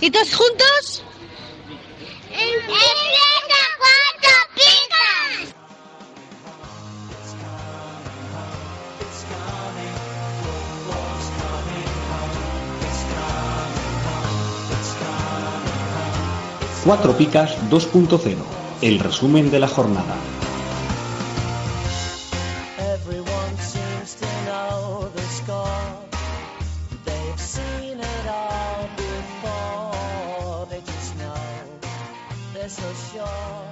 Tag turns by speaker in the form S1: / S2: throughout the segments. S1: ¿Y todos juntos?
S2: ¡Empieza cuatro picas!
S3: Cuatro Picas 2.0, el resumen de la jornada.
S4: Everyone seems to know the score. They've seen it all before. They just know they're so sure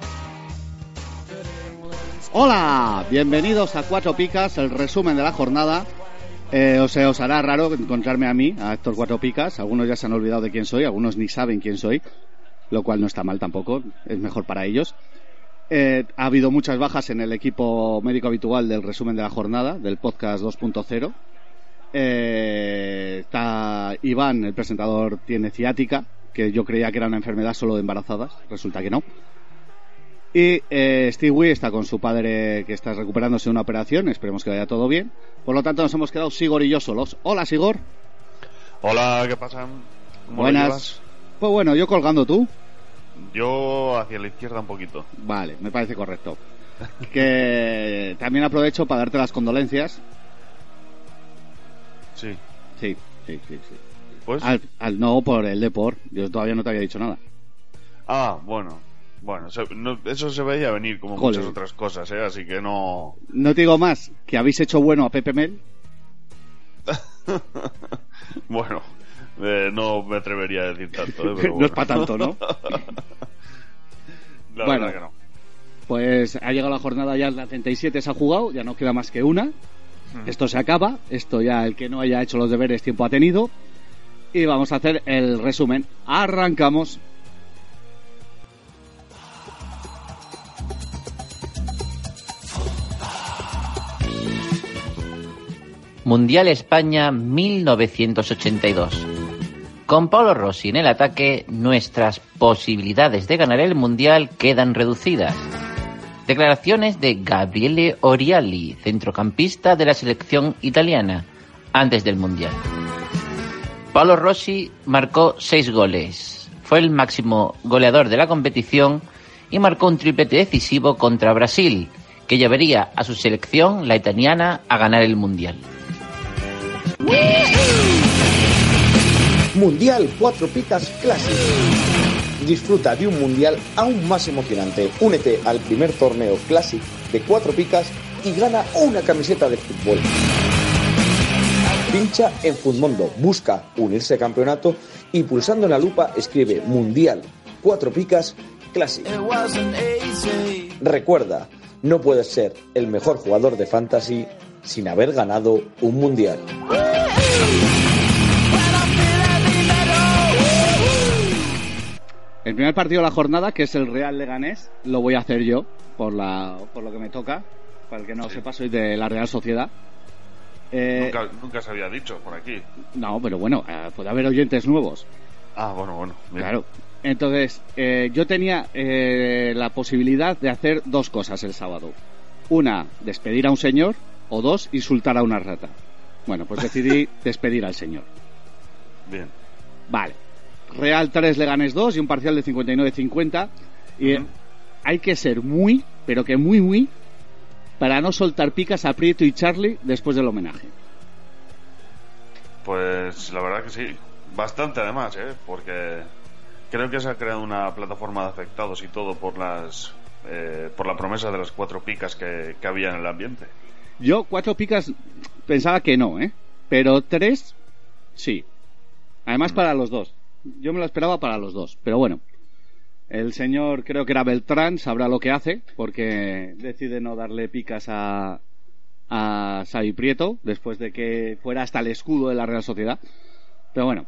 S4: that England's
S5: Hola, bienvenidos a Cuatro Picas, el resumen de la jornada. Eh, o sea, os hará raro encontrarme a mí, a estos Cuatro Picas. Algunos ya se han olvidado de quién soy, algunos ni saben quién soy, lo cual no está mal tampoco, es mejor para ellos. Eh, ha habido muchas bajas en el equipo médico habitual del resumen de la jornada, del podcast 2.0. Eh, está Iván, el presentador, tiene ciática, que yo creía que era una enfermedad solo de embarazadas, resulta que no. Y eh, Stewie está con su padre que está recuperándose de una operación, esperemos que vaya todo bien. Por lo tanto, nos hemos quedado Sigor y yo solos. Hola, Sigor.
S6: Hola, ¿qué pasa? ¿Cómo lo
S5: Buenas. Pues bueno, yo colgando tú.
S6: llevas? Yo hacia la izquierda un poquito.
S5: Vale, me parece correcto. Que también aprovecho para darte las condolencias.
S6: Sí.
S5: Sí, sí, sí. sí.
S6: Pues.
S5: Al, al no por el deport, yo todavía no te había dicho nada.
S6: Ah, bueno. Bueno, se- no- eso se veía venir como
S5: Joder.
S6: muchas otras cosas, ¿eh? Así que no.
S5: No te digo más que habéis hecho bueno a Pepe Mel.
S6: Bueno, eh, no me atrevería a decir tanto, ¿eh? Pero
S5: No
S6: bueno.
S5: es para tanto, ¿no?
S6: La
S5: Bueno.
S6: verdad que no.
S5: Pues ha llegado la jornada ya, la 37 se ha jugado, ya no queda más que una. Esto se acaba, esto ya el que no haya hecho los deberes tiempo ha tenido. Y vamos a hacer el resumen. Arrancamos.
S7: Mundial España 1982. Con Paolo Rossi en el ataque, nuestras posibilidades de ganar el Mundial quedan reducidas. Declaraciones de Gabriele Oriali, centrocampista de la selección italiana, antes del Mundial. Paolo Rossi marcó seis goles. Fue el máximo goleador de la competición y marcó un triplete decisivo contra Brasil, que llevaría a su selección, la italiana, a ganar el Mundial.
S8: Mundial 4 Picas Classic. Disfruta de un mundial aún más emocionante. Únete al primer torneo Classic de 4 Picas y gana una camiseta de fútbol. Pincha en Futmundo, busca unirse al campeonato y pulsando en la lupa escribe Mundial 4 Picas Classic. Recuerda, no puedes ser el mejor jugador de fantasy sin haber ganado un mundial.
S5: El primer partido de la jornada, que es el Real Leganés, lo voy a hacer yo, por, la, por lo que me toca. Para el que no sepa, soy de la Real Sociedad. Eh,
S6: Nunca, nunca se había dicho por aquí.
S5: no, pero bueno, eh, puede haber oyentes nuevos.
S6: Ah, bueno, bueno. bien.
S5: Claro. Entonces, eh, yo tenía eh, la posibilidad de hacer dos cosas el sábado. Una, despedir a un señor, o dos, insultar a una rata. Bueno, pues decidí despedir al señor.
S6: Bien.
S5: Vale. Real 3, Leganés 2 y un parcial de 59-50. Y eh, hay que ser muy, pero que muy, muy, para no soltar picas a Prieto y Charlie después del homenaje.
S6: Pues la verdad que sí. Bastante además, ¿eh? Porque creo que se ha creado una plataforma de afectados y todo por las. eh, por la promesa de las cuatro picas que, que había en el ambiente.
S5: Yo cuatro picas pensaba que no, ¿eh? Pero tres, sí. Además para los dos. Yo me lo esperaba para los dos, pero bueno. El señor creo que era Beltrán, sabrá lo que hace, porque decide no darle picas a, a Xavi Prieto, después de que fuera hasta el escudo de la Real Sociedad. Pero bueno.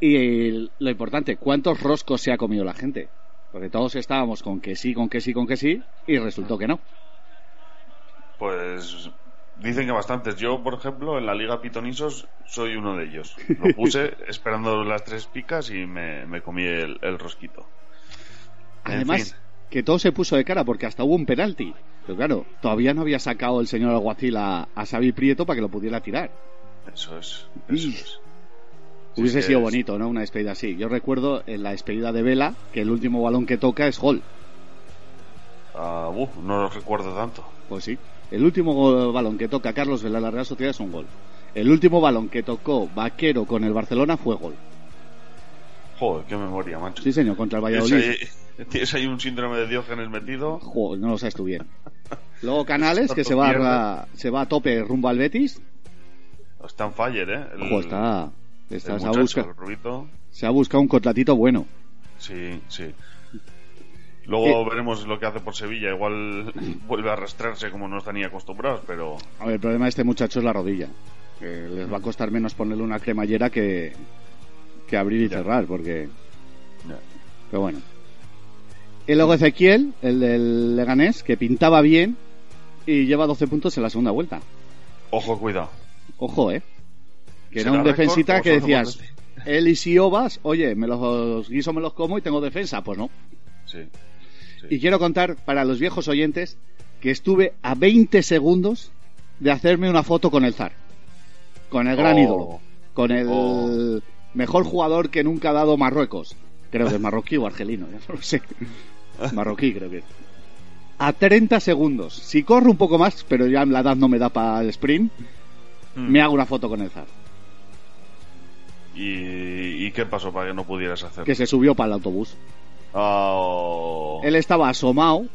S5: Y el- lo importante, ¿cuántos roscos se ha comido la gente? Porque todos estábamos con que sí, con que sí, con que sí, y resultó que no.
S6: Pues dicen que bastantes. Yo, por ejemplo, en la Liga Pitonisos soy uno de ellos. Lo puse esperando las tres picas y me, me comí el, el rosquito. En
S5: Además,
S6: fin.
S5: que todo se puso de cara porque hasta hubo un penalti. Pero claro, todavía no había sacado el señor alguacil a, a Xavi Prieto para que lo pudiera tirar.
S6: Eso es.
S5: Y
S6: Eso es.
S5: Hubiese
S6: es que
S5: sido
S6: es-
S5: bonito, ¿no? Una despedida así. Yo recuerdo en la despedida de Vela que el último balón que toca es gol.
S6: Ah, uh, no lo recuerdo tanto.
S5: Pues sí. El último go- balón que toca Carlos Vela en la Real Sociedad es un gol. El último balón que tocó Vaquero con el Barcelona fue gol.
S6: Joder, qué memoria, macho.
S5: Sí, señor, contra el
S6: ¿Tienes,
S5: Valladolid.
S6: ahí, tienes ahí un síndrome de Diógenes metido.
S5: Jo, no lo sabes tú bien. Luego Canales, que se va, a, se va a tope rumbo al Betis.
S6: Está en fire, ¿eh? El-
S5: Ojo, está,
S6: el
S5: está- se, ha
S6: muchacho,
S5: busca-
S6: el rubito.
S5: se ha buscado un contratito bueno.
S6: Sí, sí. Luego
S5: Eh,
S6: veremos lo que hace por Sevilla. Igual vuelve a arrastrarse como no están ni acostumbrados, pero
S5: A ver, el problema de este muchacho es la rodilla. Que les
S6: Mm.
S5: va a costar menos ponerle una cremallera que, que abrir y
S6: Ya.
S5: cerrar, porque.
S6: Ya.
S5: Pero bueno. Y luego Ezequiel, el del Leganés, que pintaba bien y lleva 12 puntos en la segunda vuelta.
S6: ojo, cuidado.
S5: Ojo, ¿eh? Que era
S6: ¿Será
S5: un defensita
S6: récord o
S5: que
S6: solo
S5: decías,
S6: por
S5: él y Siobas, oye, me los guiso, me los como y tengo defensa. Pues no.
S6: Sí. Sí.
S5: Y quiero contar para los viejos oyentes que estuve a 20 segundos de hacerme una foto con el Zar. Con el gran
S6: Oh.
S5: ídolo. Con el
S6: Oh.
S5: mejor jugador que nunca ha dado Marruecos. Creo que es marroquí o argelino, ya no lo sé. Marroquí creo que es. A 30 segundos. Si corro un poco más, pero ya la edad no me da para el sprint,
S6: Mm.
S5: me hago una foto con el Zar.
S6: ¿Y, y qué pasó para que no pudieras hacerlo?
S5: Que se subió para el autobús.
S6: Oh.
S5: Él estaba asomado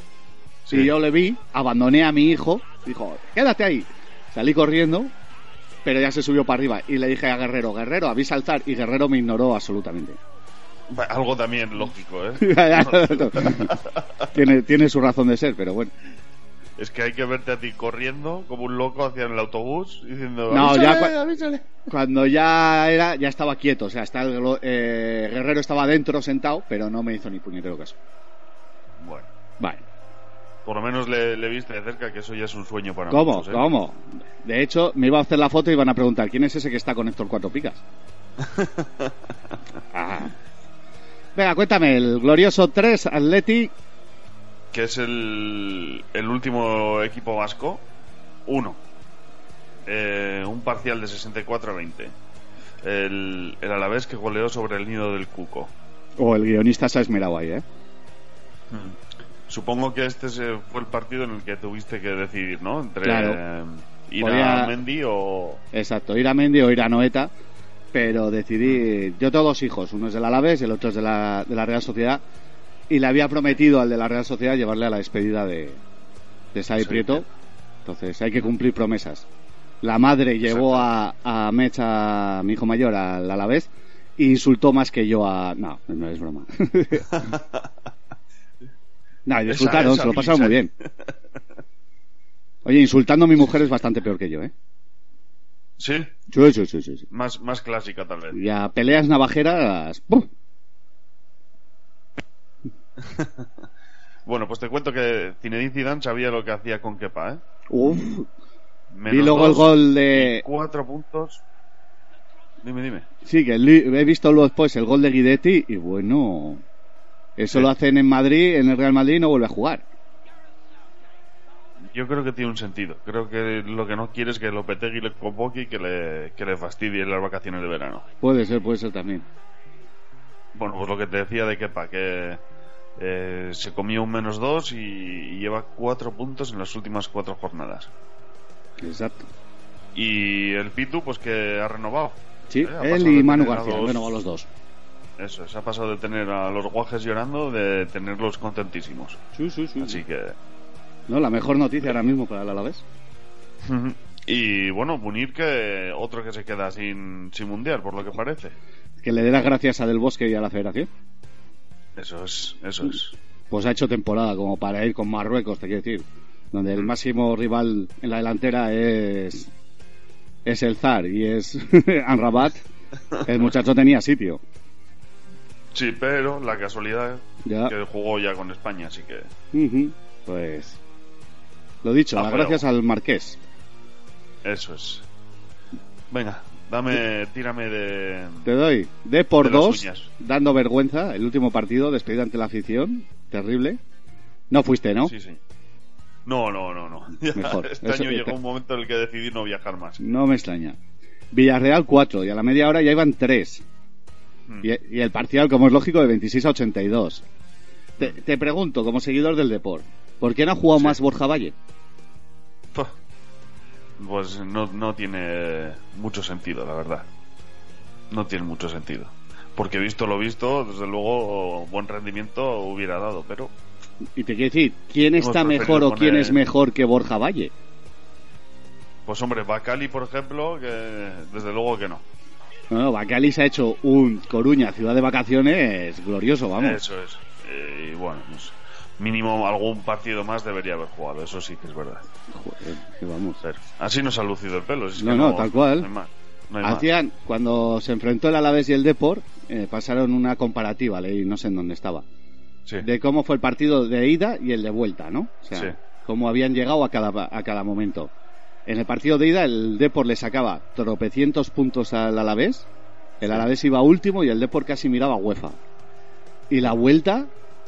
S6: Sí.
S5: Y yo le vi, abandoné a mi hijo, dijo, quédate ahí. Salí corriendo, pero ya se subió para arriba. Y le dije a Guerrero, Guerrero, avisa al zar. Y Guerrero me ignoró absolutamente.
S6: Va, Algo también lógico, ¿eh?
S5: tiene, tiene su razón de ser, pero bueno.
S6: Es que hay que verte a ti corriendo como un loco hacia el autobús diciendo.
S5: No, ya
S6: "Avísale,
S5: cua-
S6: avísale".
S5: Cuando ya era, ya estaba quieto. O sea, está el glo- eh, Guerrero estaba dentro sentado, pero no me hizo ni puñetero caso.
S6: Bueno,
S5: Vale.
S6: por lo menos le, le viste de cerca, que eso ya es un sueño para
S5: ¿Cómo?
S6: muchos, ¿eh?
S5: ¿Cómo? De hecho, me iba a hacer la foto y iban a preguntar, ¿quién es ese que está con Héctor Cuatro Picas? Ah. Venga, cuéntame, el glorioso 3 Atleti,
S6: Que es el, el último equipo vasco. Uno. Eh, un parcial de 64 a 20. El, el Alavés que goleó sobre el nido del Cuco.
S5: o el guionista se ha esmerado ahí, ¿eh?
S6: Supongo que este se- fue el partido en el que tuviste que decidir, ¿no? Entre
S5: Claro.
S6: eh, ir
S5: Podía-
S6: a Mendy o.
S5: Exacto, ir a Mendy o ir a Noeta, pero decidí, yo tengo dos hijos, uno es del Alavés y el otro es de la, de la Real Sociedad, y le había prometido al de la Real Sociedad llevarle a la despedida de, de Xavi
S6: Sí.
S5: Prieto, entonces hay que cumplir promesas. La madre llevó a, a Mecha, mi hijo mayor, al Alavés, e insultó más que yo a... No, no es broma. no, y disfrutaron,
S6: esa
S5: se lo pasaron muy bien.
S6: habilidad.
S5: Oye, insultando a mi mujer es bastante peor que yo, ¿eh?
S6: Sí,
S5: Sí, sí, sí, sí, sí.
S6: más, más clásica tal vez.
S5: Y a peleas navajeras. ¡pum!
S6: Bueno, pues te cuento que Zinedine Zidane sabía lo que hacía con Kepa, ¿eh?
S5: Uf.
S6: Menos
S5: Vi luego el
S6: dos,
S5: gol de.
S6: Cuatro puntos. Dime, dime.
S5: Sí, que li- he visto luego después el gol de Guidetti y bueno. Eso
S6: Sí.
S5: lo hacen en Madrid, en el Real Madrid y no vuelve a jugar.
S6: Yo creo que tiene un sentido. Creo que lo que no quiere es que Lopetegui le convoque y que le, que le fastidie las vacaciones de verano.
S5: Puede ser, puede ser también.
S6: Bueno, pues lo que te decía de Kepa, que eh, se comió un menos dos y, y lleva cuatro puntos en las últimas cuatro jornadas.
S5: Exacto.
S6: Y el Pitu, pues que ha renovado.
S5: Sí,
S6: Eh, ha
S5: él
S6: pasado
S5: y
S6: de
S5: Manu
S6: tener a
S5: García.
S6: dos-
S5: Bueno, los dos.
S6: Eso, se ha pasado de tener a los guajes llorando, de tenerlos contentísimos.
S5: Sí, sí, Ah, sí.
S6: Así que
S5: No, la mejor noticia ahora mismo para el Alavés.
S6: Y bueno, Munir que otro que se queda sin, sin mundial, por lo que parece.
S5: Que le dé las gracias a Del Bosque y a la Federación.
S6: Eso es, eso es.
S5: Pues ha hecho temporada como para ir con Marruecos, te quiero decir. Donde el máximo rival en la delantera es. Es el Zar y es Anrabat. El muchacho tenía sitio.
S6: Sí, pero la casualidad
S5: Ya.
S6: que jugó ya con España, así que
S5: Ujú. Pues. Lo dicho,
S6: Ah,
S5: las
S6: pero-
S5: gracias al Marqués.
S6: eso es. Venga, dame, tírame de...
S5: Te doy D por
S6: De las
S5: dos,
S6: uñas.
S5: dando vergüenza. El último partido, despedida ante la afición. Terrible. No fuiste, ¿no?
S6: Sí, sí. No, no, no, no. Ya,
S5: Mejor.
S6: Este
S5: Eso-
S6: año llegó un momento en el que decidí no viajar más.
S5: No me extraña. Villarreal 4 y a la media hora ya iban 3.
S6: Mm.
S5: Y, y el parcial, como es lógico, de 26 a 82. Te, te pregunto, como seguidor del deporte, ¿por qué no ha jugado más Borja Valle?
S6: Puh. Pues no, no tiene mucho sentido, la verdad. No tiene mucho sentido. Porque visto lo visto, desde luego buen rendimiento hubiera dado, pero
S5: Y te quiero decir, ¿quién
S6: Hemos
S5: está mejor
S6: preferido
S5: o quién
S6: Pues poner-
S5: es mejor que Borja Valle?
S6: pues hombre, Bacali, por ejemplo, que desde luego que no.
S5: Bueno, Bacali se ha hecho un Coruña, ciudad de vacaciones, glorioso, vamos.
S6: Eso es. Eh, y bueno, pues, mínimo algún partido más debería haber jugado, eso sí que es verdad.
S5: Joder, que vamos.
S6: Pero así nos ha lucido el pelo. si es
S5: No,
S6: que
S5: no, tal cual.
S6: No hay más. no hay más.
S5: Hacían, cuando se enfrentó el Alavés y el Depor, eh, pasaron una comparativa, leí, no sé en dónde estaba,
S6: Sí.
S5: de cómo fue el partido de ida y el de vuelta, ¿no? O sea,
S6: Sí.
S5: cómo habían llegado a cada, a cada momento. En el partido de ida, el Depor le sacaba tropecientos puntos al Alavés, el Alavés iba último y el Depor casi miraba a UEFA. Y la vuelta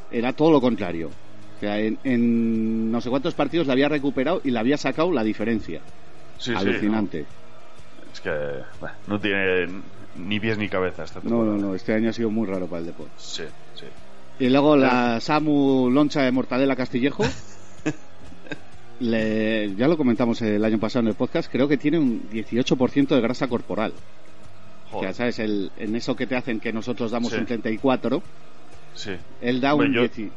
S5: era todo lo contrario. O sea, en, en no sé cuántos partidos la había recuperado y la había sacado la diferencia.
S6: Sí, sí,
S5: Alucinante.
S6: no. Es que bueno, no tiene ni pies ni cabeza esta
S5: No, no,
S6: temporada.
S5: no, este año ha sido muy raro para el deporte.
S6: Sí, sí.
S5: Y luego la Samu Loncha de Mortadela Castillejo. le- ya lo comentamos el año pasado en el podcast, creo que tiene un 18% de grasa corporal. O sea,
S6: Joder.
S5: ¿sabes? El, en eso que te hacen que nosotros damos
S6: Sí.
S5: un 34,
S6: Sí.
S5: él da un
S6: Hombre, yo-
S5: 10.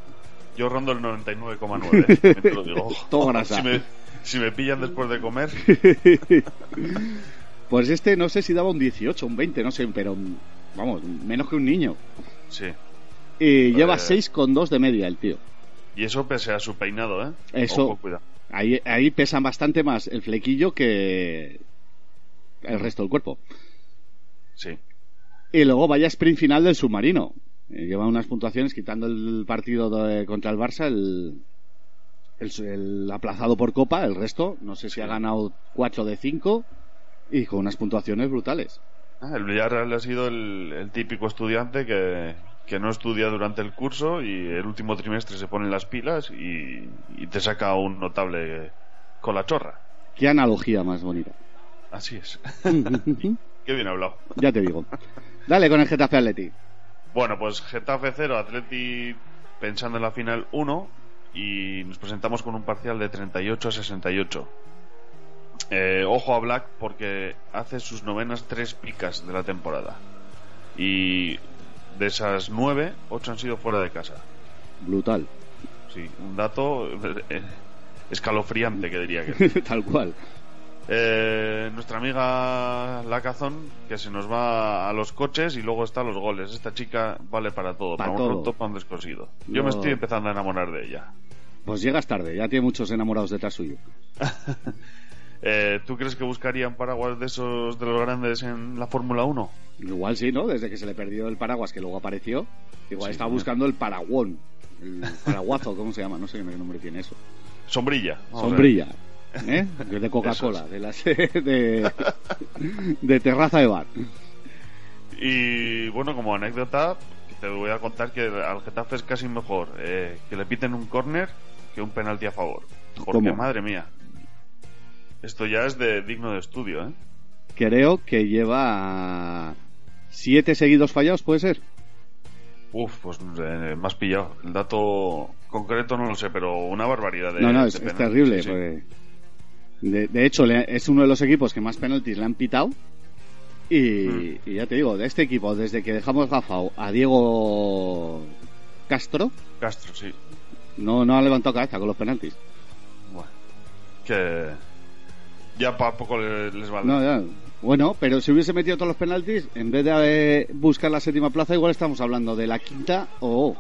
S6: Yo rondo el 99,9. eh, te lo digo.
S5: Todo grasa.
S6: Si me, si me pillan después de comer,
S5: Pues este no sé si daba un 18, un 20, no sé, pero vamos, menos que un niño.
S6: sí.
S5: Y lleva
S6: Eh.
S5: 6,2 de media el tío.
S6: Y eso pese a su peinado, ¿eh?
S5: Eso.
S6: Ojo, cuidado.
S5: Ahí, ahí pesan bastante más el flequillo que el resto del cuerpo.
S6: Sí.
S5: Y luego vaya sprint final del submarino. Eh, Lleva unas puntuaciones quitando el partido de- contra el Barça, el, el su- el aplazado por Copa, el resto, no sé si ha ganado 4 de 5 y con unas puntuaciones brutales.
S6: Ah, El Villarreal ha sido el, el típico estudiante que, que no estudia durante el curso y el último trimestre se pone las pilas y, y te saca un notable con la chorra.
S5: Qué analogía más bonita.
S6: Así es. Qué bien hablado.
S5: ya te digo. Dale con el Getafe Atleti.
S6: Bueno, pues Getafe 0, Atleti pensando en la final 1 y nos presentamos con un parcial de 38 a 68. Eh, ojo a Black porque hace sus novenas tres picas de la temporada. Y de esas nueve, ocho han sido fuera de casa.
S5: Brutal.
S6: Sí, un dato eh, escalofriante que diría que.
S5: Tal cual.
S6: Eh, nuestra amiga La Cazón, que se nos va a los coches y luego está a los goles. Esta chica vale para todo,
S5: Pa'
S6: para,
S5: todo.
S6: un roto, para un descosido. Yo
S5: No.
S6: me estoy empezando a enamorar de ella.
S5: Pues llegas tarde, ya tiene muchos enamorados detrás suyo.
S6: Eh, ¿Tú crees que buscarían paraguas de esos de los grandes en la Fórmula 1?
S5: Igual sí, ¿no? Desde que se le perdió el paraguas que luego apareció. Igual
S6: Sí,
S5: estaba
S6: señor.
S5: buscando el paraguón. El paraguazo, ¿cómo se llama? No sé qué nombre tiene eso.
S6: Sombrilla. vamos a ver.
S5: Sombrilla. ¿Eh? De Coca-Cola, de las de, de terraza de bar.
S6: Y bueno, como anécdota, te voy a contar que al Getafe es casi mejor eh, que le piten un córner que un penalti a favor. Porque
S5: ¿Cómo?
S6: madre mía, esto ya es de digno de estudio, ¿eh?
S5: Creo que lleva siete seguidos fallados, ¿puede ser?
S6: Uf, pues eh, me has pillado. El dato concreto no lo sé, pero una barbaridad. De,
S5: no, no, es,
S6: de
S5: es
S6: penaltis,
S5: terrible.
S6: sí, sí.
S5: porque- De, de hecho, le- es uno de los equipos que más penaltis le han pitado. Y,
S6: Mm.
S5: y ya te digo, de este equipo, desde que dejamos gafao a Diego Castro,
S6: Castro, sí.
S5: no, no ha levantado cabeza con los penaltis.
S6: Bueno, que ya para poco le- les vale.
S5: No, ya. Bueno, pero si hubiese metido todos los penaltis, en vez de eh, buscar la séptima plaza, igual estamos hablando de la quinta o oh,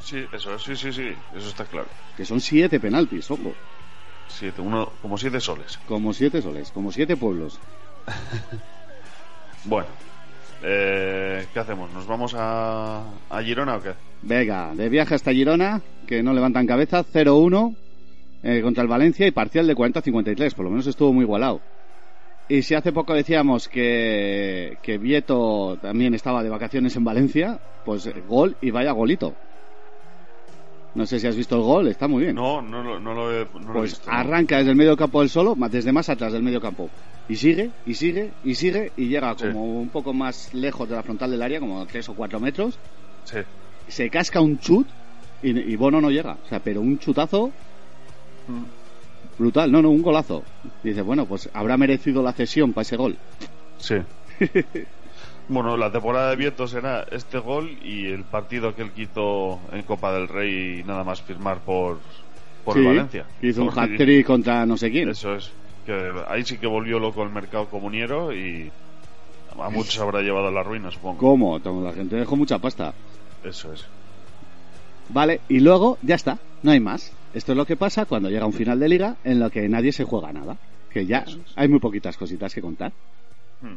S6: Sí, eso, es, sí, sí, sí, eso está claro.
S5: que son siete penaltis, ojo,
S6: Siete, uno, como siete soles.
S5: como siete soles, como siete pueblos.
S6: Bueno, eh, ¿qué hacemos? ¿Nos vamos a, a Girona o qué?
S5: Venga, de viaje hasta Girona, que no levantan cabeza, 0-1 eh, contra el Valencia y parcial de 40-53, por lo menos estuvo muy igualado. Y si hace poco decíamos que, que Vieto también estaba de vacaciones en Valencia, pues eh, gol y vaya golito. No sé si has visto el gol, está muy bien.
S6: No, no, lo- no lo he, no lo he
S5: Pues
S6: visto.
S5: arranca desde el medio campo del solo, ma- desde más atrás del medio campo. Y sigue, y sigue, y sigue, y llega
S6: Sí.
S5: como un poco más lejos de la frontal del área, como 3 o 4 metros.
S6: Sí.
S5: Se casca un chut y, y Bono no llega. O sea, pero un chutazo
S6: Mm.
S5: brutal, no, no, un golazo. Dice, bueno, pues habrá merecido la cesión para ese gol.
S6: Sí. bueno, la temporada de Vientos era este gol y el partido que él hizo en Copa del Rey nada más firmar por, por
S5: Sí,
S6: Valencia.
S5: Hizo un
S6: Porque
S5: hat-trick contra no sé quién.
S6: Eso es. Que ahí sí que volvió loco el mercado comuniero y a muchos habrá llevado a la ruina, supongo.
S5: ¿Cómo? Toma, La gente dejó mucha pasta.
S6: Eso es.
S5: Vale, y luego ya está, no hay más. Esto es lo que pasa cuando llega un final de liga en lo que nadie se juega nada. Que ya hay muy poquitas cositas que contar.
S6: Hmm.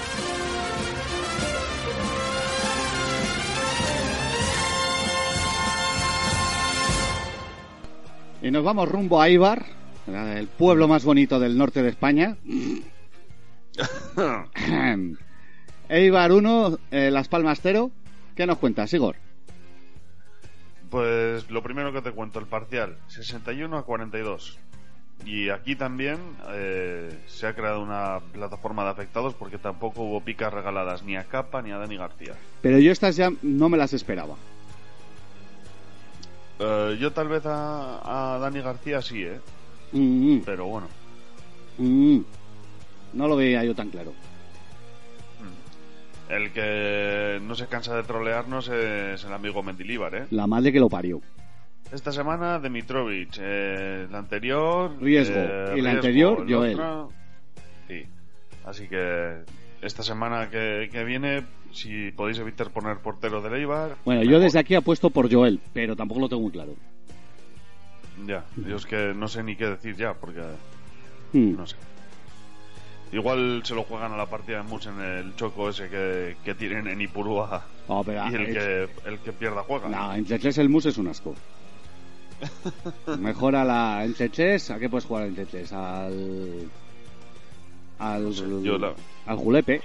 S5: Y nos vamos rumbo a Ibar, el pueblo más bonito del norte de España. Eibar 1, eh, Las Palmas 0. ¿Qué nos cuentas, Igor?
S6: Pues lo primero que te cuento, el parcial, 61 a 42. Y aquí también eh, se ha creado una plataforma de afectados porque tampoco hubo picas regaladas ni a Capa ni a Dani García.
S5: Pero yo estas ya no me las esperaba.
S6: Eh, yo tal vez a, a Dani García sí, ¿eh?
S5: Mm, mm,
S6: Pero bueno.
S5: mm. No lo veía yo tan claro.
S6: El que no se cansa de trolearnos es el amigo Mendilíbar, ¿eh?
S5: La madre que lo parió.
S6: Esta semana Dimitrovic, eh, la anterior...
S5: Riesgo.
S6: eh,
S5: Y la
S6: Riesgo,
S5: anterior,
S6: la
S5: Joel.
S6: otra- Sí. Así que esta semana que, que viene, si podéis evitar poner portero de Leibar...
S5: Bueno, yo desde aquí apuesto por Joel, pero tampoco lo tengo muy claro.
S6: Ya, yo es que no sé ni qué decir ya, porque
S5: Mm.
S6: no sé. Igual se lo juegan a la partida de Mus en el choco ese que, que tienen en Ipurúa
S5: No, pero,
S6: y el
S5: eh,
S6: que, el que pierda juega.
S5: no, entre tres el mus es un asco. Mejor a la entre tres, ¿a qué puedes jugar entre tres? Al al
S6: yo la-
S5: al julepe,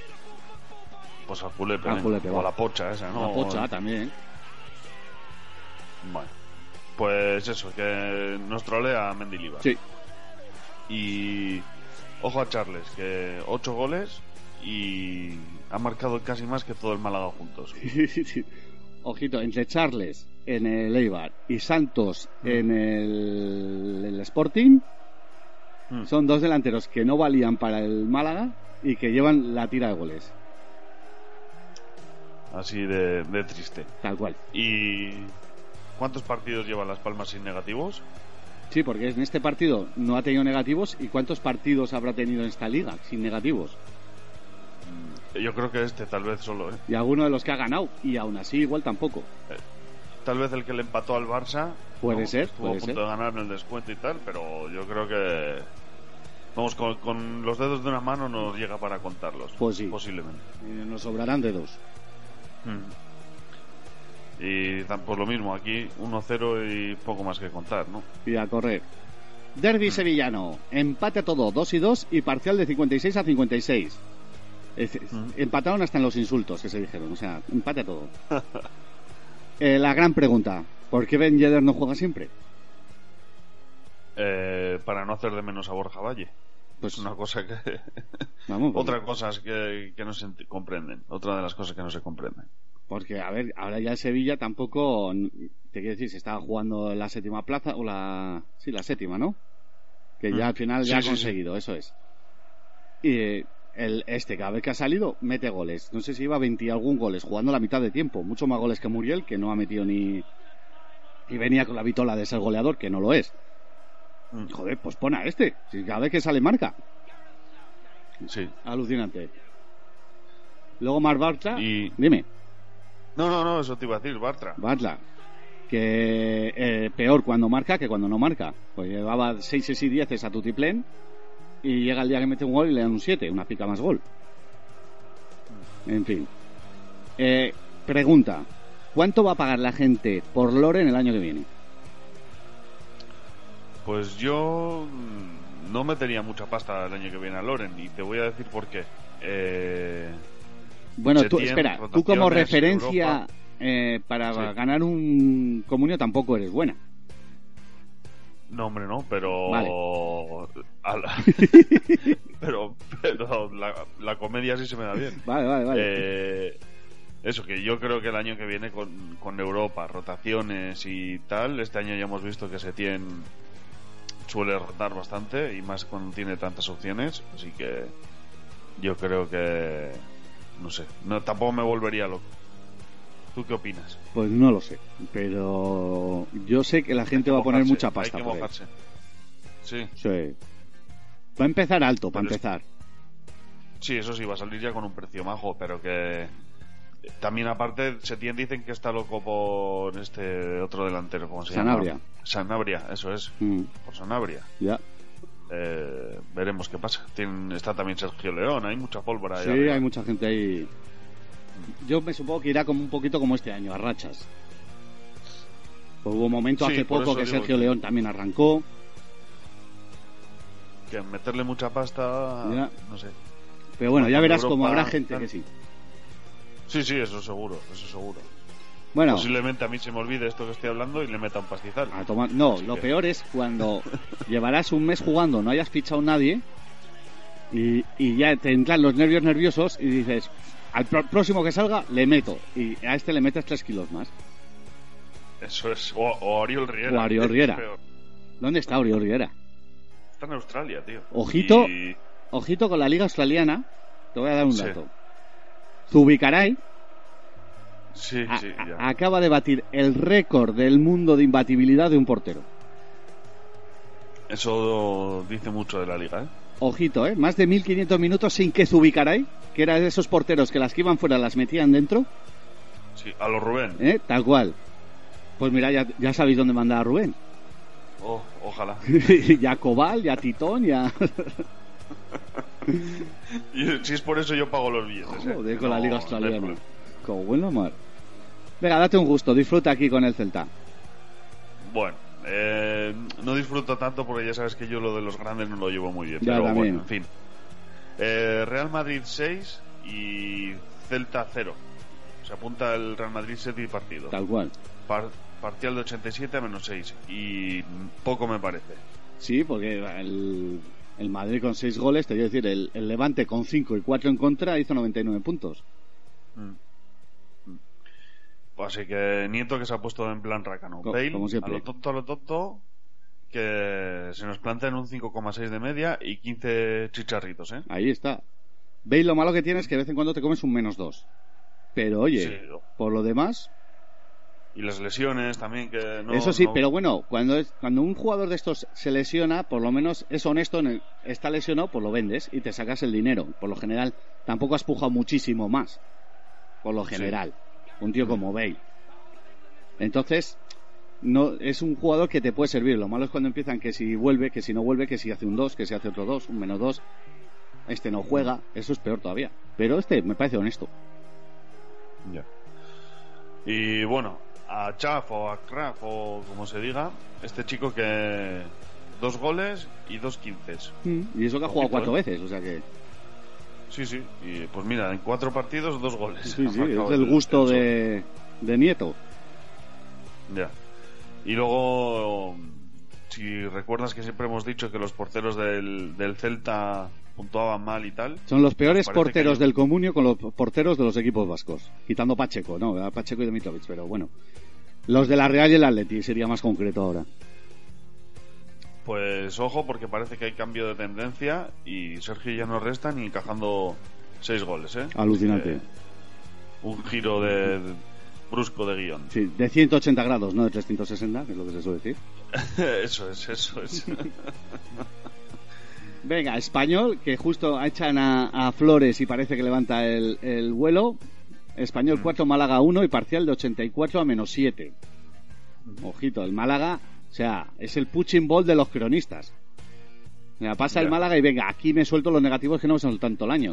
S6: Pues al Julepe,
S5: Al
S6: ¿eh?
S5: Julepe,
S6: o
S5: va.
S6: a la pocha esa, ¿no?
S5: la pocha también.
S6: Bueno, pues eso, que nos trolea Mendilibar.
S5: Sí.
S6: Y ojo a Charles, que ocho goles y ha marcado casi más que todo el Málaga juntos.
S5: Ojito, entre Charles en el Eibar y Santos
S6: Hmm.
S5: en el, el Sporting
S6: Mm.
S5: son dos delanteros que no valían para el Málaga y que llevan la tira de goles,
S6: Así de, de triste.
S5: tal cual.
S6: ¿Y cuántos partidos lleva Las Palmas sin negativos?
S5: Sí, porque en este partido no ha tenido negativos. ¿Y cuántos partidos habrá tenido en esta liga sin negativos?
S6: Yo creo que este tal vez solo, ¿eh?
S5: Y alguno de los que ha ganado. Y aún así, igual tampoco.
S6: Tal vez el que le empató al Barça.
S5: Puede
S6: ¿no?
S5: ser,
S6: Estuvo
S5: puede
S6: a punto
S5: ser.
S6: de ganar en el descuento y tal, pero yo creo que. Vamos, con, con los dedos de una mano nos llega para contarlos.
S5: Pues sí.
S6: Posiblemente.
S5: Y nos sobrarán dedos.
S6: Y tam- pues lo mismo, aquí 1-0 y poco más que contar, ¿no?
S5: Y a correr. Derby sevillano. Empate a todo. 2 y 2 y parcial de 56 a 56. Es- es-
S6: Ujú.
S5: Empataron hasta en los insultos que se dijeron. O sea, empate a todo. Eh, la gran pregunta. ¿Por qué Ben Yedder no juega siempre?
S6: Eh, para no hacer de menos a Borja Valle.
S5: Pues
S6: Es una cosa que.
S5: vamos.
S6: Otra cosa es que, que no se ent- comprenden. Otra de las cosas que no se comprenden.
S5: Porque, a ver, ahora ya el Sevilla tampoco, te quiero decir, se estaba jugando la séptima plaza, o la, sí, la séptima, ¿no? que ya al final
S6: Mm. Sí,
S5: ya ha
S6: sí, sí.
S5: conseguido, eso es. Y eh, el, este, cada vez que ha salido, mete goles. No sé si iba a 20 y algún goles, jugando la mitad de tiempo. Mucho más goles que Muriel, que no ha metido ni. Y venía con la vitola de ser goleador, que no lo es.
S6: Mm.
S5: Joder, pues pon a este. Si cada vez que sale marca.
S6: Sí.
S5: Alucinante. Luego Mar Bartra.
S6: Y...
S5: Dime.
S6: No, no, no, eso te iba a decir, Bartra.
S5: Bartla. Que eh, peor cuando marca que cuando no marca. Pues llevaba 6, 6 y 10 a Tutiplén y llega el día que mete un gol y le dan un 7, una pica más gol. En fin. Eh, pregunta. ¿Cuánto va a pagar la gente por Loren el año que viene?
S6: Pues yo mm, no metería mucha pasta el año que viene a Loren y te voy a decir por qué. Eh,
S5: Bueno, tú,
S6: Setien,
S5: espera, tú como
S6: rotaciones,
S5: referencia
S6: Europa.
S5: eh, para
S6: Sí.
S5: ganar un comunio tampoco eres buena.
S6: no, hombre, no, pero. a la- pero pero la, la comedia sí se me da bien.
S5: Vale, vale, vale.
S6: Eh, eso, que yo creo que el año que viene con, con Europa, rotaciones y tal, este año ya hemos visto que Setién suele rotar bastante y más cuando tiene tantas opciones, así que yo creo que no sé, no tampoco me volvería loco. ¿Tú qué opinas?
S5: Pues no lo sé, pero yo sé que la gente va a poner
S6: Mojarse,
S5: mucha pasta
S6: Hay que
S5: por él.
S6: mojarse. Sí,
S5: Sí. Va a empezar alto, para
S6: Pero es-
S5: empezar.
S6: sí, eso sí, va a salir ya con un precio majo, pero que eh, también aparte Setién dicen que está loco por este otro delantero, ¿cómo se
S5: Sanabria.
S6: llama? Sanabria, eso es.
S5: Mm,
S6: por Sanabria.
S5: ya.
S6: Eh, veremos qué pasa. Tienen- está también Sergio León, hay mucha pólvora. ahí
S5: Sí,
S6: arriba.
S5: hay mucha gente ahí. Yo me supongo que irá como un poquito como este año, a rachas. Pues hubo un momento
S6: Sí,
S5: hace
S6: por
S5: poco
S6: eso
S5: que
S6: digo
S5: Sergio
S6: que-
S5: León también arrancó.
S6: Que meterle mucha pasta.
S5: Ya.
S6: No sé.
S5: Pero bueno, ya
S6: Por
S5: verás
S6: Europa,
S5: como habrá gente
S6: tal.
S5: que sí.
S6: Sí, sí, eso seguro, eso seguro.
S5: Bueno,
S6: Posiblemente a mí se me olvide esto que estoy hablando y le meta un pastizal.
S5: a tomar... no,
S6: Así
S5: lo
S6: que-
S5: peor es cuando llevarás un mes jugando, no hayas fichado nadie y, y ya te entran los nervios nerviosos y dices, al pro- próximo que salga le meto. Y a este le metes 3 kilos más.
S6: Eso es. O, o Ariel Riera.
S5: O Oriol Riera.
S6: Es peor.
S5: ¿Dónde está Oriol Riera?
S6: Está en Australia, tío.
S5: Ojito.
S6: Y-
S5: Ojito con la liga australiana. Te voy a dar un
S6: Sí.
S5: dato. Zubicaray
S6: Sí,
S5: a-
S6: sí, ya.
S5: a- acaba de batir el récord del mundo de imbatibilidad de un portero.
S6: Eso dice mucho de la liga, ¿eh?
S5: Ojito, ¿eh? Más de 1500 minutos sin que Zubicaray, que era de esos porteros que las que iban fuera las metían dentro,
S6: Sí, a los Rubén.
S5: ¿eh? Tal cual. Pues mira, ya, ya sabéis dónde mandaba Rubén.
S6: Oh, ojalá.
S5: ya Cobal, ya Titón, ya...
S6: Y si es por eso yo pago los billetes. ¿eh?
S5: Joder, con la
S6: No,
S5: liga
S6: no hay
S5: australiana.
S6: problema.
S5: Como bueno, mar. Venga, date un gusto, disfruta aquí con el Celta.
S6: Bueno, eh, no disfruto tanto porque ya sabes que yo lo de los grandes no lo llevo muy bien.
S5: Ya,
S6: pero
S5: también.
S6: bueno, en fin. Eh, Real Madrid 6 y Celta 0. Se apunta el Real Madrid 7 y partido.
S5: Tal cual.
S6: Par- parcial de 87 a menos 6. Y poco me parece.
S5: Sí, porque el, el Madrid con 6 goles, te quiero decir, el, el Levante con 5 y 4 en contra hizo 99 puntos.
S6: Mm. Mm. Así que Nieto que se ha puesto en plan rácano.
S5: Co-
S6: Bale,
S5: como
S6: a
S5: siempre.
S6: lo tonto, a lo tonto, que se nos planta en un 5,6 de media y 15 chicharritos, ¿eh?
S5: Ahí está. Veis lo malo que tienes que de vez en cuando te comes un menos 2. Pero oye,
S6: Sí, o-
S5: por lo demás,
S6: Y las lesiones también, que no.
S5: eso sí,
S6: no-
S5: pero bueno, cuando, es, cuando un jugador de estos se lesiona, por lo menos es honesto, en el- está lesionado, pues lo vendes y te sacas el dinero. Por lo general, tampoco has pujado muchísimo más. Por lo general, un tío como
S6: Mm.
S5: Bale. Entonces, no es un jugador que te puede servir. Lo malo es cuando empiezan que si vuelve, que si no vuelve, que si hace un 2, que si hace otro 2, un menos 2. Este no juega, eso es peor todavía. Pero este me parece honesto.
S6: Ya. Y bueno, a Chaf o a Kraft o como se diga, este chico que. Dos goles y dos quinces.
S5: Y eso que ha jugado
S6: Ojito,
S5: cuatro
S6: eh.
S5: veces, o sea que.
S6: Sí, sí. Y pues mira, en cuatro partidos, dos goles.
S5: Sí,
S6: Ha
S5: sí,
S6: marcado
S5: es del gusto
S6: el-
S5: de, de Nieto.
S6: Ya. Y luego, si recuerdas que siempre hemos dicho que los porteros del, del Celta puntuaban mal y tal.
S5: Son los peores
S6: Parece
S5: porteros
S6: que-
S5: del comunio con los porteros de los equipos vascos. Quitando Pacheco, ¿no? A Pacheco y Demitrovic, pero bueno. Los de la Real y el Atleti sería más concreto ahora.
S6: Pues ojo, porque parece que hay cambio de tendencia y Sergio ya no resta ni encajando seis goles, ¿eh?
S5: Alucinante.
S6: Eh, un giro de, de- brusco de guión.
S5: Sí, de 180 grados, no de 360, que es lo que se suele decir.
S6: eso es, eso es.
S5: Venga, español, que justo echan a, a Flores y parece que levanta el, el vuelo.
S6: Mm.
S5: Español 4, Málaga 1 y parcial de 84 a menos 7.
S6: Mm.
S5: Ojito, el Málaga, o sea, es el punching ball de los cronistas. Mira, pasa el
S6: Ya.
S5: Málaga y venga, aquí me suelto los negativos que no me son tanto el año.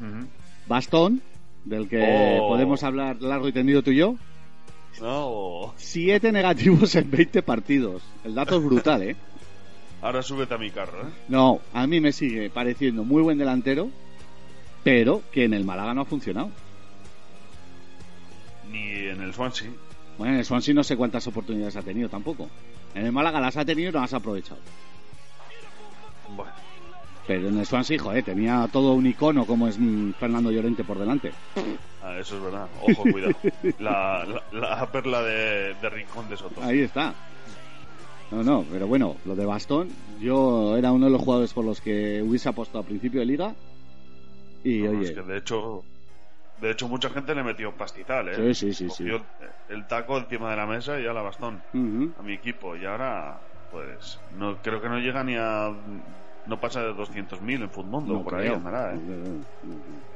S6: Ujú.
S5: Bastón, del que
S6: Oh.
S5: podemos hablar largo y tendido tú y yo.
S6: no.
S5: 7 negativos en 20 partidos. El dato es brutal, ¿eh?
S6: Ahora súbete a mi carro, ¿eh?
S5: No, a mí me sigue pareciendo muy buen delantero, pero que en el Málaga no ha funcionado.
S6: Ni en el Swansea.
S5: Bueno, en el Swansea no sé cuántas oportunidades ha tenido tampoco. En el Málaga las ha tenido y no las ha aprovechado.
S6: Bueno,
S5: Pero en el Swansea, joder, tenía todo un icono como es mm, Fernando Llorente por delante.
S6: ah, eso es verdad. Ojo, cuidado. La, la- la perla de, de Rincón de Soto.
S5: Ahí está. No, no, pero bueno, lo de Bastón, yo era uno de los jugadores por los que hubiese apostado a principio de liga. Y
S6: No, no,
S5: oye,
S6: es que de hecho, de hecho mucha gente le metió pastizal,
S5: sí,
S6: ¿eh?
S5: sí, sí, sí.
S6: Cogió el taco encima de la mesa y a la bastón
S5: Ujú.
S6: a mi equipo. Y ahora, pues, no creo que no llega ni a. No pasa de 200.000 en Futmundo, por ahí
S5: creo.
S6: andará, ¿eh?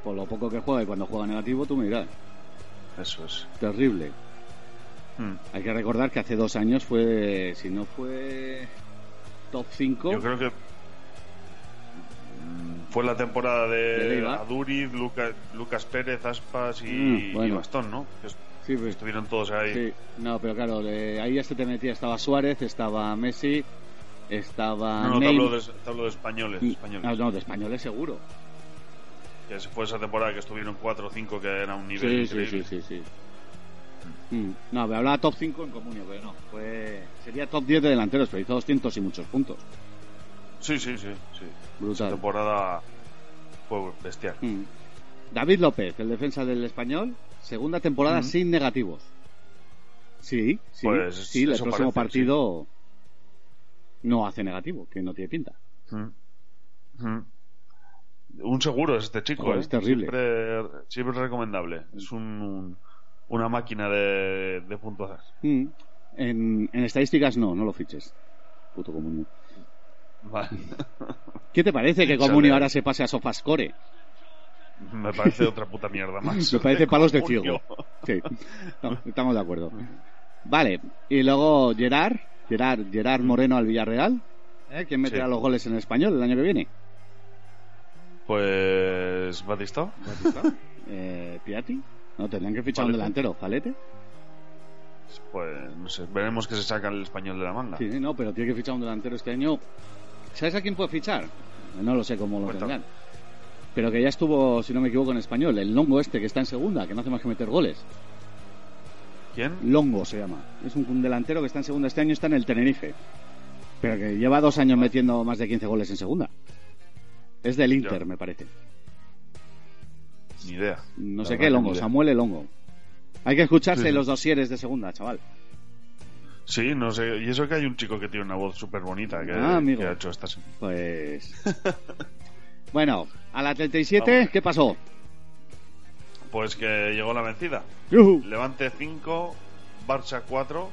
S5: Por lo poco que juega y cuando juega negativo, tú me dirás.
S6: Eso es.
S5: Terrible.
S6: Mm.
S5: Hay que recordar que hace dos años fue, si no fue top 5,
S6: Yo creo que mm, fue la temporada
S5: De
S6: de
S5: Leibar.
S6: Aduriz, Lucas, Lucas Pérez, Aspas y,
S5: Mm, bueno.
S6: y Bastón, ¿no? Que est-
S5: sí, pues,
S6: estuvieron todos ahí.
S5: sí. No, pero claro, de ahí ya se te metía, estaba Suárez, estaba Messi, estaba
S6: No, no, te
S5: Ney- Mm,
S6: hablo de, te hablo de españoles.
S5: y-
S6: españoles.
S5: No, no, de españoles seguro.
S6: Que fue esa temporada que estuvieron 4 o 5 que era un
S5: Sí,
S6: nivel
S5: sí,
S6: increíble.
S5: sí, sí, sí. Mm, No, pero hablaba top 5 en comunio, pero no. Fue, sería top 10 de delanteros, pero hizo 200 y muchos puntos.
S6: Sí, sí, sí, sí.
S5: Brutal.
S6: Temporada fue bestial.
S5: Mm. David López, el defensa del español, segunda temporada
S6: Ujú.
S5: sin negativos. Sí, sí,
S6: Mm. Pues
S5: sí, el
S6: eso
S5: próximo
S6: parece,
S5: partido no hace negativo, que no tiene pinta.
S6: Mm. Mm. Un seguro es este chico,
S5: Joder,
S6: ¿eh?
S5: es terrible.
S6: Siempre, siempre recomendable. Es un, un- una máquina de, de puntuar.
S5: Mm. En, en estadísticas no, no lo fiches. Puto Comunio.
S6: Vale.
S5: ¿Qué te parece que
S6: Chale.
S5: Comunio ahora se pase a Sofascore?
S6: Me parece otra puta mierda más.
S5: Me parece palos de
S6: Coño.
S5: ciego. Sí, No, estamos de acuerdo. Vale, y luego Gerard, Gerard, Gerard Moreno al Villarreal. ¿eh? ¿Quién meterá
S6: Sí.
S5: los goles en español el año que viene?
S6: Pues. ¿Batista?
S5: Eh, Piatti. No, tendrían que fichar un
S6: Palete.
S5: delantero. Palete.
S6: Pues no sé. Veremos que se saca el español de la manga.
S5: Sí, no, pero tiene que fichar un delantero este año. ¿Sabes a quién puede fichar? No lo sé cómo lo
S6: Cuéntame.
S5: tendrán. Pero que ya estuvo, si no me equivoco, en español. El Longo este, que está en segunda, que no hace más que meter goles.
S6: ¿Quién?
S5: Longo se llama. Es un, un delantero que está en segunda este año, está en el Tenerife. Pero que lleva dos años metiendo más de 15 goles en segunda. Es del Inter,
S6: Ya.
S5: me parece.
S6: Ni idea.
S5: No
S6: La
S5: sé
S6: verdad
S5: qué,
S6: que
S5: Longo.
S6: ni idea.
S5: Samuel el Longo. Hay que escucharse
S6: Sí, sí.
S5: los dosieres de segunda, chaval.
S6: Sí, no sé. Y eso que hay un chico que tiene una voz súper bonita que,
S5: Ah, amigo.
S6: que ha hecho estas.
S5: Pues. bueno, a la 37,
S6: Vamos.
S5: ¿qué pasó?
S6: Pues que llegó la vencida.
S5: ¡Yujú!
S6: Levante 5, Barça 4,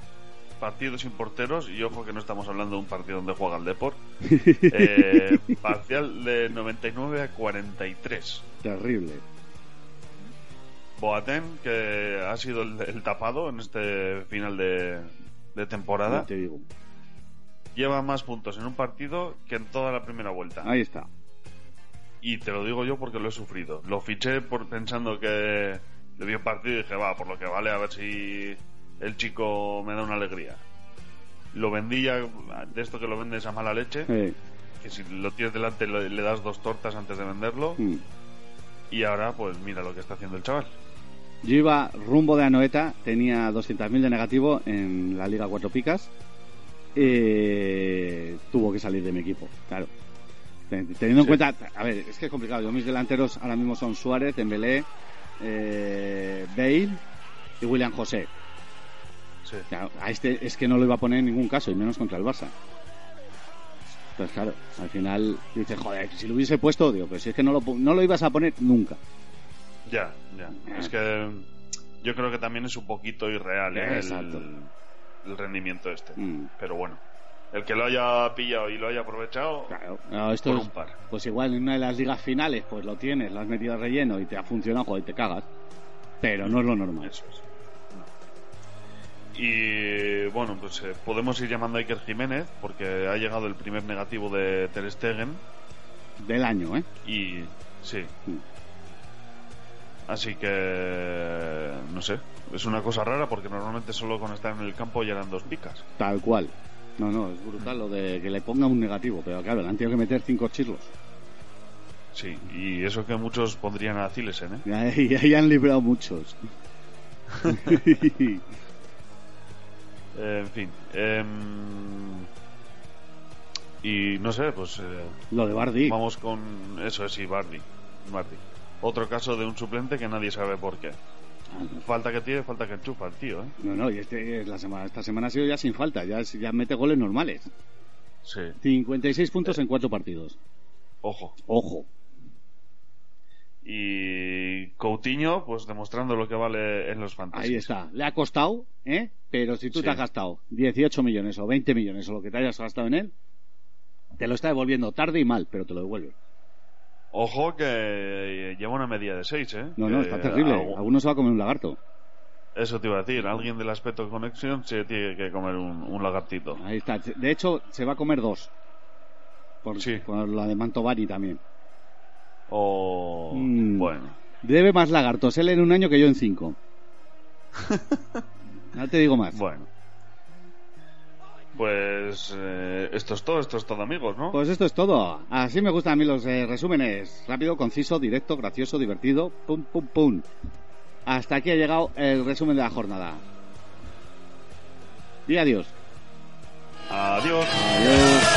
S6: partidos sin porteros, y ojo que no estamos hablando de un partido donde juega el Depor. Eh, parcial de 99 a 43.
S5: Terrible.
S6: Boateng, que ha sido el, el tapado en este final de, de
S5: Ya
S6: temporada,
S5: te digo.
S6: lleva más puntos en un partido que en toda la primera vuelta.
S5: Ahí está.
S6: Y te lo digo yo porque lo he sufrido. Lo fiché por pensando que le dio partido y dije, va, por lo que vale, a ver si el chico me da una alegría. Lo vendí ya de esto que lo vendes a mala leche,
S5: Eh,
S6: que si lo tienes delante le, le das dos tortas antes de venderlo.
S5: mm.
S6: Y ahora, pues mira lo que está haciendo el chaval.
S5: Yo iba rumbo de Anoeta, tenía 200.000 de negativo en la Liga Cuatro Picas. Eh, tuvo que salir de mi equipo, claro. Ten- Teniendo en
S6: Sí.
S5: cuenta, a ver, es que es complicado. Yo mis delanteros ahora mismo son Suárez, Dembélé, eh, Bale y William José.
S6: Sí.
S5: Claro, a este es que no lo iba a poner en ningún caso, y menos contra el Barça. Pues claro, al final dices, joder, si lo hubiese puesto, digo, pero si es que no lo, pu- no lo ibas a poner nunca.
S6: Ya, ya. Es que yo creo que también es un poquito irreal ¿eh?
S5: Exacto.
S6: el, el rendimiento este.
S5: Mm.
S6: Pero bueno, el que lo haya pillado y lo haya aprovechado,
S5: Claro, no, esto
S6: por
S5: es-
S6: un par.
S5: pues igual en una de las ligas finales, pues lo tienes, lo has metido a relleno y te ha funcionado, joder, te cagas. Pero no es lo normal.
S6: Eso es. Y bueno, pues eh, podemos ir llamando a Iker Jiménez porque ha llegado el primer negativo de Ter Stegen
S5: Del año, ¿eh?
S6: y sí.
S5: Mm.
S6: Así que no sé, es una cosa rara porque normalmente solo con estar en el campo ya eran dos picas.
S5: Tal cual. No, no, es brutal lo de que le ponga un negativo, pero claro, le han tenido que meter cinco chirlos.
S6: Sí, y eso que muchos pondrían a Zilesen, ¿eh?
S5: Y ahí, ahí han librado muchos.
S6: Eh, en fin. em, y no sé, pues eh,
S5: lo de Bardi.
S6: vamos con eso, es, sí, Bardi. Bardi. Otro caso de un suplente que nadie sabe por qué.
S5: Ah, no.
S6: Falta que tiene, falta que enchufa el tío, ¿eh?
S5: No, no, y este, es la semana, esta semana ha sido ya sin falta, ya, es- ya mete goles normales.
S6: Sí,
S5: 56 puntos en cuatro partidos.
S6: ojo.
S5: Ojo.
S6: Y Coutinho, pues demostrando lo que vale en los fantasmas.
S5: Ahí está. Le ha costado, ¿eh? Pero si tú
S6: Sí.
S5: te has gastado 18 millones o 20 millones o lo que te hayas gastado en él, te lo está devolviendo tarde y mal, pero te lo devuelve.
S6: Ojo que lleva una media de 6, ¿eh?
S5: No, no,
S6: Que
S5: está terrible.
S6: algo-
S5: Alguno se va a comer un lagarto.
S6: Eso te iba a decir. Alguien del aspecto conexión se tiene que comer un, un lagartito.
S5: Ahí está. De hecho, se va a comer dos. Por,
S6: Sí.
S5: por la de Mantovani también.
S6: O.
S5: Mm.
S6: Bueno.
S5: Debe más lagartos él en un año que yo en cinco. no te digo más.
S6: Bueno. Pues eh, esto es todo, esto es todo amigos, ¿no?
S5: Pues esto es todo. Así me gustan a mí los eh, resúmenes. Rápido, conciso, directo, gracioso, divertido. Pum, pum, pum. Hasta aquí ha llegado el resumen de la jornada. Y adiós.
S6: Adiós.
S5: Adiós.